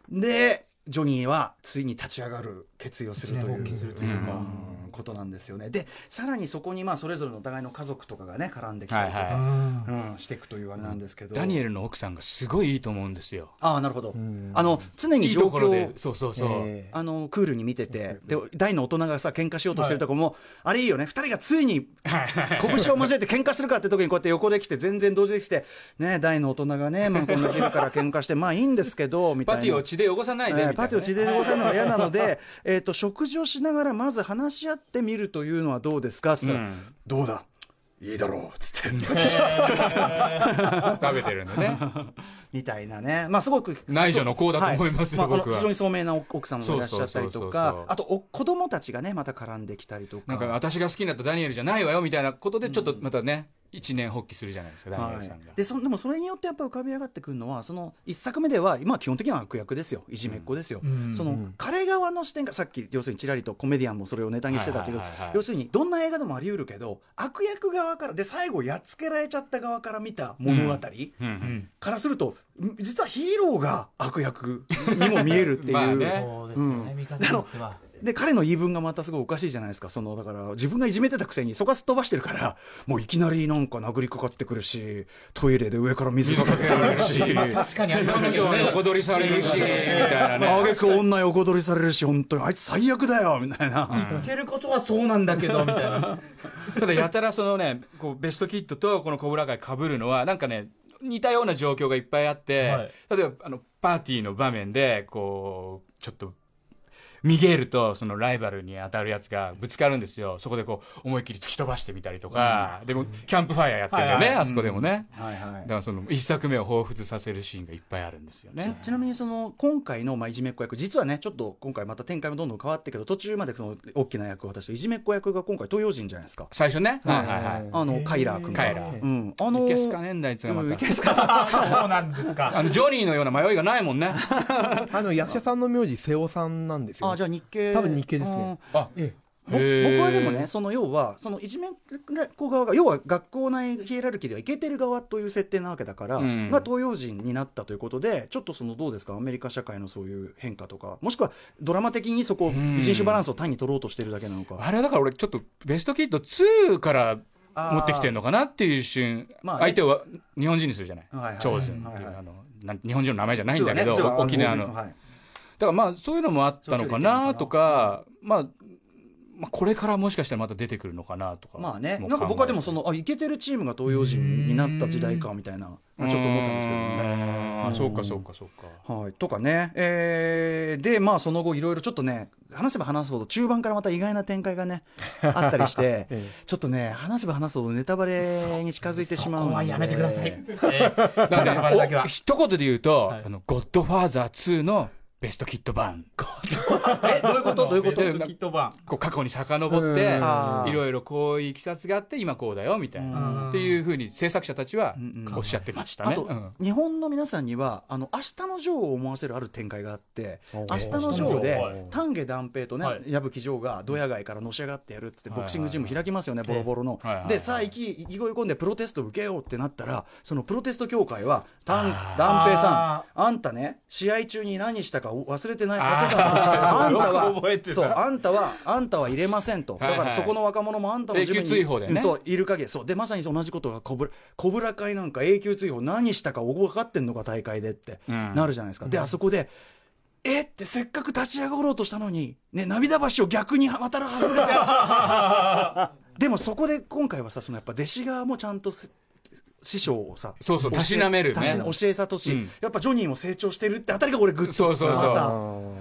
でジョニーはついに立ち上がる決意をするというするというか、うんことなんですよねでさらにそこにまあそれぞれのお互いの家族とかがね絡んできたりとか、はいうん、していくというあれなんですけど、ダニエルの奥さんがすごいいいと思うんですよ。ああなるほど、あの常にいい状ところ況でを、そうそうそう。ええあのクールに見ててで大の大人がさ喧嘩しようとしてるとこも、あれいいよね2人がついに拳を交えて喧嘩するかって時にこうやって横で来て全然同時で来てね大の大人がね、まあ、こんな昼から喧嘩してまあいいんですけどみたいパなティを血で汚さないで、えーみたいなねパティを地で汚されるのが嫌なの でえーと食事をしながらまず話し合ってみるというのはどうですかっつったら、うんどうだいいだろうっつって 食べてるんでね。みたいなね、まあ、すごく内助の功だと思いますよはあの僕は非常に聡明な奥さんもいらっしゃったりそうそとうそうそうそうかあとお子供たちがねまた絡んできたりとかなんか、私が好きになったダニエルじゃないわよ、みたいなことで、ちょっとまたね、一年発起するじゃないですか、ダニエルさんがはい、。でそでもそれによってやっぱ浮かび上がってくるのはその一作目では今基本的には悪役ですよいじめっ子ですよ、んその彼側の視点がさっき要するにちらりとコメディアンもそれをネタにしてたっていうけど、はいはいはいはい要するにどんな映画でもあり得るけど悪役側からで最後やっつけられちゃった側から見た物語、うんうんからするとん実はヒーローが悪役にも見えるって まあいう。ねそうですよね、う味方によってはで彼の言い分がまたすごいおかしいじゃないですかそのだから自分がいじめてたくせにそこはすっ飛ばしてるからもういきなりなんか殴りかかってくるしトイレで上から水かかってくるし確かにあります彼け女どはね横取りされ るし、みたいなね。あげく女横取りされるし本当にあいつ最悪だよみたいな、言ってることはそうなんだけどみたいなただやたらそのね、こうベストキッドとこのコブラ会被るのは、なんかね、似たような状況がいっぱいあって、はい例えばあのパーティーの場面で、こう、ちょっと、ミゲールとそのライバルに当たるやつがぶつかるんですよ。そこでこう思いっきり突き飛ばしてみたりとか、でもキャンプファイヤーやってるんだよね、はいあそこでもね。はいはいだからその一作目を彷彿させるシーンがいっぱいあるんですよね。ちなみにその今回のまあいじめっ子役実はねちょっと今回また展開もどんどん変わってけど途中までその大きな役を果たしていじめっ子役が今回東洋人じゃないですか最初ね。はいはいはい。あのカイラー君がカイラーうん、あのいけすかねんだいつがまうんいたけ。すかそうなんですかあのジョニーのような迷いがないもんね。あの役者さんの名字瀬尾さんなんですよあじゃあ日系多分日系ですねあ、えぼへー僕はでもねその要はそのいじめっ子側が要は学校内ヒエラルキーではイケてる側という設定なわけだから、うんが東洋人になったということでちょっとそのどうですかアメリカ社会のそういう変化とかもしくはドラマ的にそこん人種バランスを単に取ろうとしてるだけなのか。あれはだから俺ちょっとベストキッド2から持ってきてるのかなっていう一瞬、まあね相手は日本人にするじゃないはいはいはい。チョーズンっていはいはう、いあの、なん日本人の名前じゃないんだけど、そうね沖縄の。だはいからまあそういうのもあったのかなとか、まあ、まあこれからもしかしたらまた出てくるのかなとか。まあね、なんか僕はでもその、のあイケてるチームが東洋人になった時代かみたいなちょっと思ったんですけどね。ね。そうかそうかそうか。はい、とかね、えーで、まあ、その後、いろいろちょっとね、話せば話すほど中盤からまた意外な展開がねあったり して、ちょっとね話せば話すほどネタバレに近づいてしまうんではやめてください。だ ネタバレだけはお一言で言うと、あの、ゴッドファーザー2のベストキット版。え、どういうことどういうことどういうことキット版。こう過去に遡ってうんあ、ーいろいろこういういきさつがあって、今こうだよ、みたいうんな。っていうふうに制作者たちはうんうんおっしゃってましたあね。と、うん日本の皆さんにはあの明日の女王を思わせるある展開があって明日の女王で明日の女王はい丹下段平とね、はい矢吹城がドヤ街からのし上がってやるって言ってボクシングジム開きますよね、いはいボロボロの。はいはいはいでさあ行き意気込み込んでプロテスト受けようってなったらそのプロテスト協会は丹あー段平さあんあんたね試合中に何したかお忘れてない忘れたのあんたよく覚えてはたそうあんたはあんたは入れませんとだはいはいからそこの若者もあんたのジムに永久追放だよねうんそういる限りそうでまさに同じことがコブラコブラ会なんか永久追放何したか分かってんのか大会でってうんなるじゃないですか、であそこでえってせっかく立ち上がろうとしたのに、ね、涙橋を逆に渡るはずが でもそこで今回はさそのやっぱ弟子側もちゃんとす師匠をさそうそう教えたしなめるねたしな教えさとし、うんやっぱジョニーも成長してるってあたりが俺グッとそうそうそうま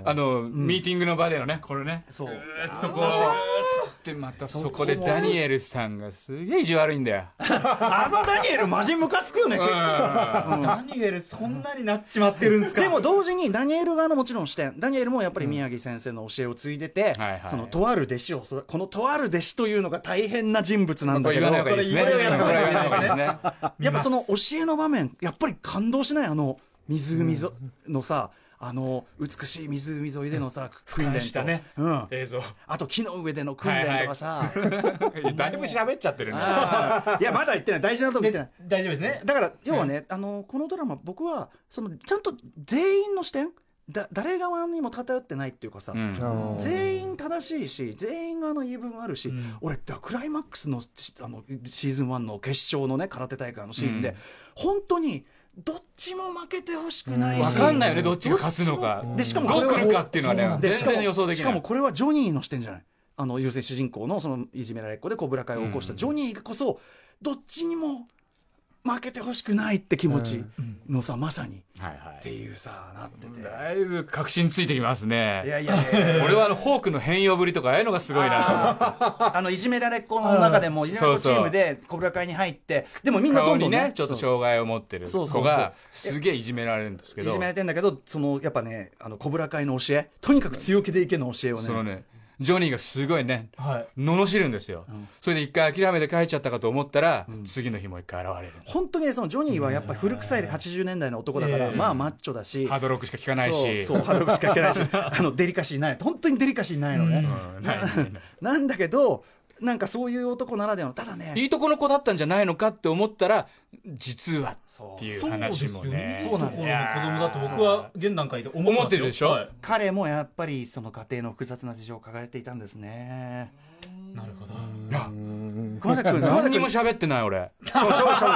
たあの、ミーティングの場でのね、これね。そうえっとこう。で、またそこでダニエルさんがすげえ意地悪いんだよ。あのダニエルマジムカつくよね、結構ダニエル、そんなになっちまってるんすかでも同時にダニエル側のもちろん視点ダニエルもやっぱり宮城先生の教えを継いでて、はいはいそのとある弟子を育このとある弟子というのが大変な人物なんだこれけ言どわない方がいいですね。これ言わない方がいいこれ言わない方がいいですね。やっぱその教えの場面やっぱり感動しないあの湖ぞのさ、あの美しい湖沿いでのさ訓練と感じたねうん、映像。あと木の上での訓練とかさ、だいぶ喋っちゃってるね。あーいやまだ言ってない大事なとこ言ってない大丈夫ですね。だから要はね、あのこのドラマ僕はそのちゃんと全員の視点だ誰側にも偏ってないっていうかさ、うんうん全員正しいし全員あの言い分あるし、ん俺だクライマックスのしあのシーズン1の決勝のね空手大会のシーンで、うん本当にどっちも負けてほしくないわし、かんないよね、どっちが勝つのか。でしかもどうこれ来はるかっていうのはね、で全然予想できしなかい。もこれはジョニーの視点じゃないあの要するに主人公のそのいじめられっ子で小倉会を起こしたジョニーこそどっちにも負けてほしくないって気持ちのさ、まさにっはいはいていうさなってて、だいぶ確信ついてきますいね。やいやいやいや俺はあの、フォークの変容ぶりとか、ああいうのがすごいなと思って。あのいじめられっ子の中でもいじめられっ子チームで小倉会に入ってでもみんなど顔んどにんねねちょっとそう障害を持ってるそうそうそう子がすげえいじめられるんですけいどじめられてんだけどそのやっぱねあの小倉会の教えとにかく強気でいけの教えをねそのねジョニーがすごいねはい。罵るんですよ、それで一回諦めて帰っちゃったかと思ったら、次の日もう一回現れる本当にねそのジョニーはやっぱ古臭い80年代の男だから、ええまあマッチョだしハードロックしか聞かないしそうそうハードロックしか聞け ないしあのデリカシーない本当にデリカシーないのね、うんないないないなんだけどなんかそういう男ならではのただねいいとこの子だったんじゃないのかって思ったら実はそうっていう話もねそうなんですよい子や供だと僕そうは現段階で思ますよ思ってるでしょはい彼もやっぱりその家庭の複雑な事情を抱えていたんですねなるほど。熊崎君 何にも喋ってない俺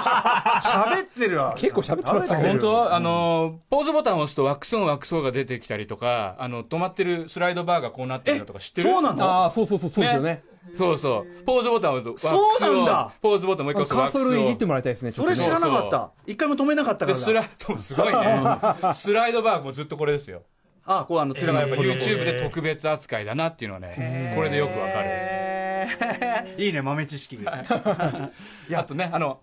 喋ってるわ結構喋ってました本ね。当あのポーズボタンを押すとワックスオンワックスオンが出てきたりとかあの止まってるスライドバーがこうなってるのとか知ってるそうなのああ、そうそうそう、そうですよね。そうそう。ポーズボタンを押すとワックスそうをなんだポーズボタンもうカ一回押すとワーソックスルいじっをてもらいたいですね。それ知らなかっそた一回も止めなかったかでらスだラそうすごいね。 スライドバーもずっとこれですよ。あこうあのつだらからがこやっぱう YouTube で特別扱いだなっていうのはね、これでよくわかる。へーいいね豆知識あとね、あの、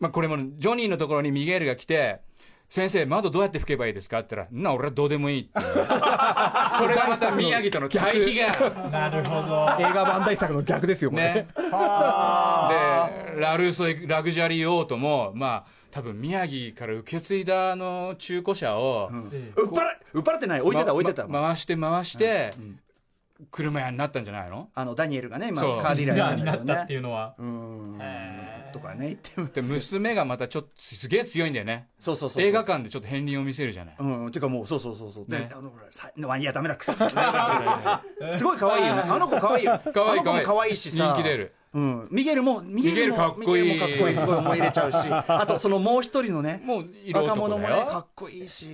まあ、これもね、ジョニーのところにミゲールが来て、先生、窓どうやって拭けばいいですかって言ったら、んな、俺はどうでも いいって言う。それがまた宮城との対比が、なるほど。映画版大作の逆ですよ、これ。ね。で、ラルーソイ・ラグジュアリーオートも、まあ、多分宮城から受け継いだあの中古車を、うっぱらうっぱらってない置いてたま置いてたま回して回して、車屋になったんじゃないのあのダニエルがね今そうカーディじゃあライににななったっていいうのは。ううんへーとかね言ってもで娘がまたちょっとすげえ強いんだよねそうそうそう映画館でちょっと片鱗を見せるじゃない、うんていうかもうそうそうそうそうでねあのほらさワニやダメだ くそすごい可愛いよねあの子可愛いよかわいいあの子もかわ可い愛いいしさ人気出るうんミゲルもミゲルもかっこいいミゲルもかっこいいすごい思い入れちゃ うしあとそのもう一人のねもう色若男者もだねよ、かっこいいし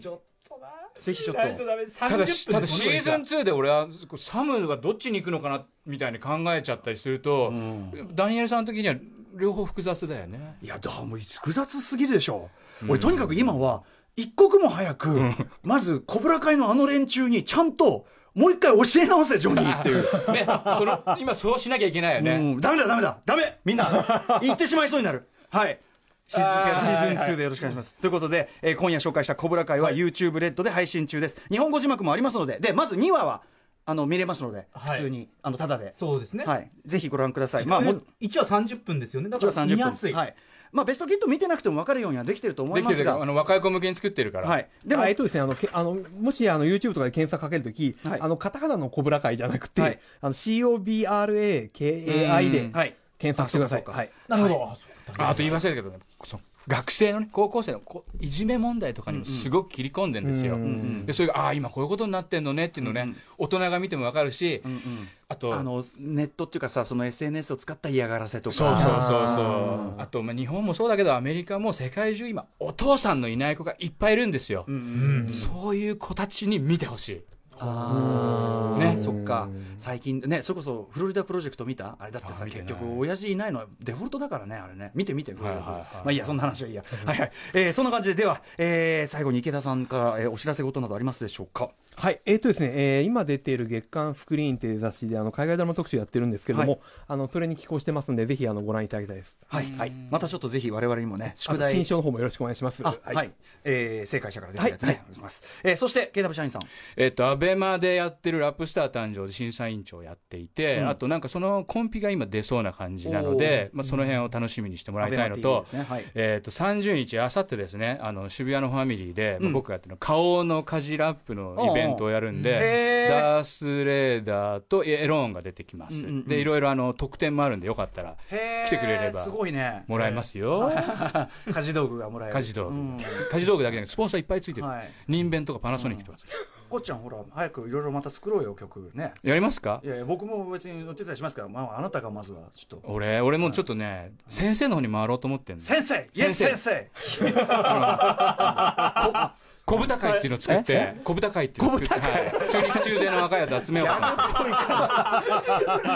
ちょっとな。ぜひちょっないととダメ。30ただ分しただシーズンン。 2で俺はこうサムがどっちに行くのかなみたいに考えちゃったりすると、ダニエルさんの時には両方複雑だよねいやだもう複雑すぎるでしょ俺とにかく今は一刻も早くまず小倉会のあの連中にちゃんともう一回教え直せジョニーっていう、ね、その、今そうしなきゃいけないよね。うん、ダメだダメだダメみんな言ってしまいそうになるはいシーズンシーズン2でよろしくお願いします。ということで、えー今夜紹介したコブラ会は YouTube レッドで配信中です。日本語字幕もありますので、で、まず2話は、あの、見れますので、はい普通に、あの、ただで。そうですね、はい。ぜひご覧ください。まあ、もう、 1話30分ですよねだ一か応ら30見分。やすい、はい。まあ、ベストキット見てなくても分かるようにはできてると思いできまてするあが、の、若い子向けに作ってるから。はい。ででもも、えっ、とですね、あの、けあのもし、あの、YouTube とかで検索かけるとき、はいあの、カタカナのコブラ会じゃなくて、はいあの、COBRAKAI うんではい、検索してください。はい。なるほど、あそうだああと言い忘れたけどね、その学生のね、高校生のこういじめ問題とかにもすごく切り込んでんですよ。で、それが、ああー、今こういうことになってんのねっていうのね、大人が見てもわかるし、あと、あの、ネットっていうかさ、その SNS を使った嫌がらせとか。そうそうそうそう。あと、まあ、日本もそうだけど、アメリカも世界中今、お父さんのいない子がいっぱいいるんですよ。そういう子たちに見てほしい。あーねそっか最近ねそれこそフロリダプロジェクト見たあれだってあさ見てな結い局親父いないのはデフォルトだからねあれね見て見てフロリダはいはいはいまあいいやそんな話はいいやはいはいえーそんな感じでではえー最後に池田さんからえーお知らせ事などありますでしょうかはい。えっ、とですね、えー今出ている月刊スクリーンという雑誌で、あの、海外ドラマ特集やってるんですけれども、はあの、それに寄稿してますんで、ぜひ、あの、ご覧いただきたいです。はいはいまたちょっとぜひ我々にもね宿あと新題書の方もよろしくお願いします。あはい、えー正解者から出てるやつね、はいお願いします、えーそして KW 社員さんえっと、アベマでやってるラップスター誕生で審査委員長をやっていて、あとなんかそのコンピが今出そうな感じなので、まあ、その辺を楽しみにしてもらいたいのアベマ TV とですねはい、えっと、30日、あさってですね、あの、渋谷のファミリーで、まあ僕がやってるの、花王の家事ラップのイベントをやるんおうおうへでー、ダース・レーダーとエローンが出てきます。で、いろいろあの、特典もあるんで、よかったらへー来てくれればすごいねもらえますよ。家事道具がもらえる家事道う具ん。家事道具だけじゃなくて、スポンサーいっぱいついてるはい。人弁とかパナソニックとかついてる。こっちゃんほら早くいろいろまた作ろうよ曲ねやりますかいやいや僕も別にお手伝いしますから、まあ、あなたがまずはちょっと俺、俺もちょっとね、先生の方に回ろうと思ってんの。先生イエス先先生生小豚会っていうのを作って、小豚会っていうのを作って、はい 中肉中背の若いやつ集めようか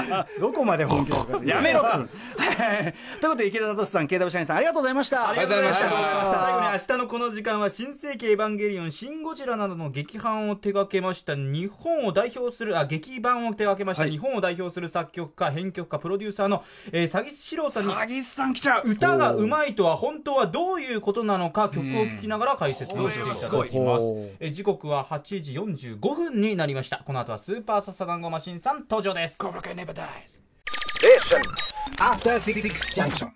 な。どこまで本気なのかやめ ろっつうのということで池田聡さん KW 社員さんありがとうございましたありががととううごござざいいままししたた最後に明日のこの時間は新世紀エヴァンゲリオンシン・ゴジラなどの劇版を手掛けました日本を代表するあ劇版を手掛けました、はい日本を代表する作曲家編曲家プロデューサーの、えー、詐欺師郎さんに詐欺師さん来ちゃう歌がうまいとは本当はどういうことなのか曲を聴きながら解説をしていただきますこれはすごいえー時刻は8時45分になりましたこの後はスーパーササダンゴマシンさん登場です Cobra Kai never dies. After Six Junction.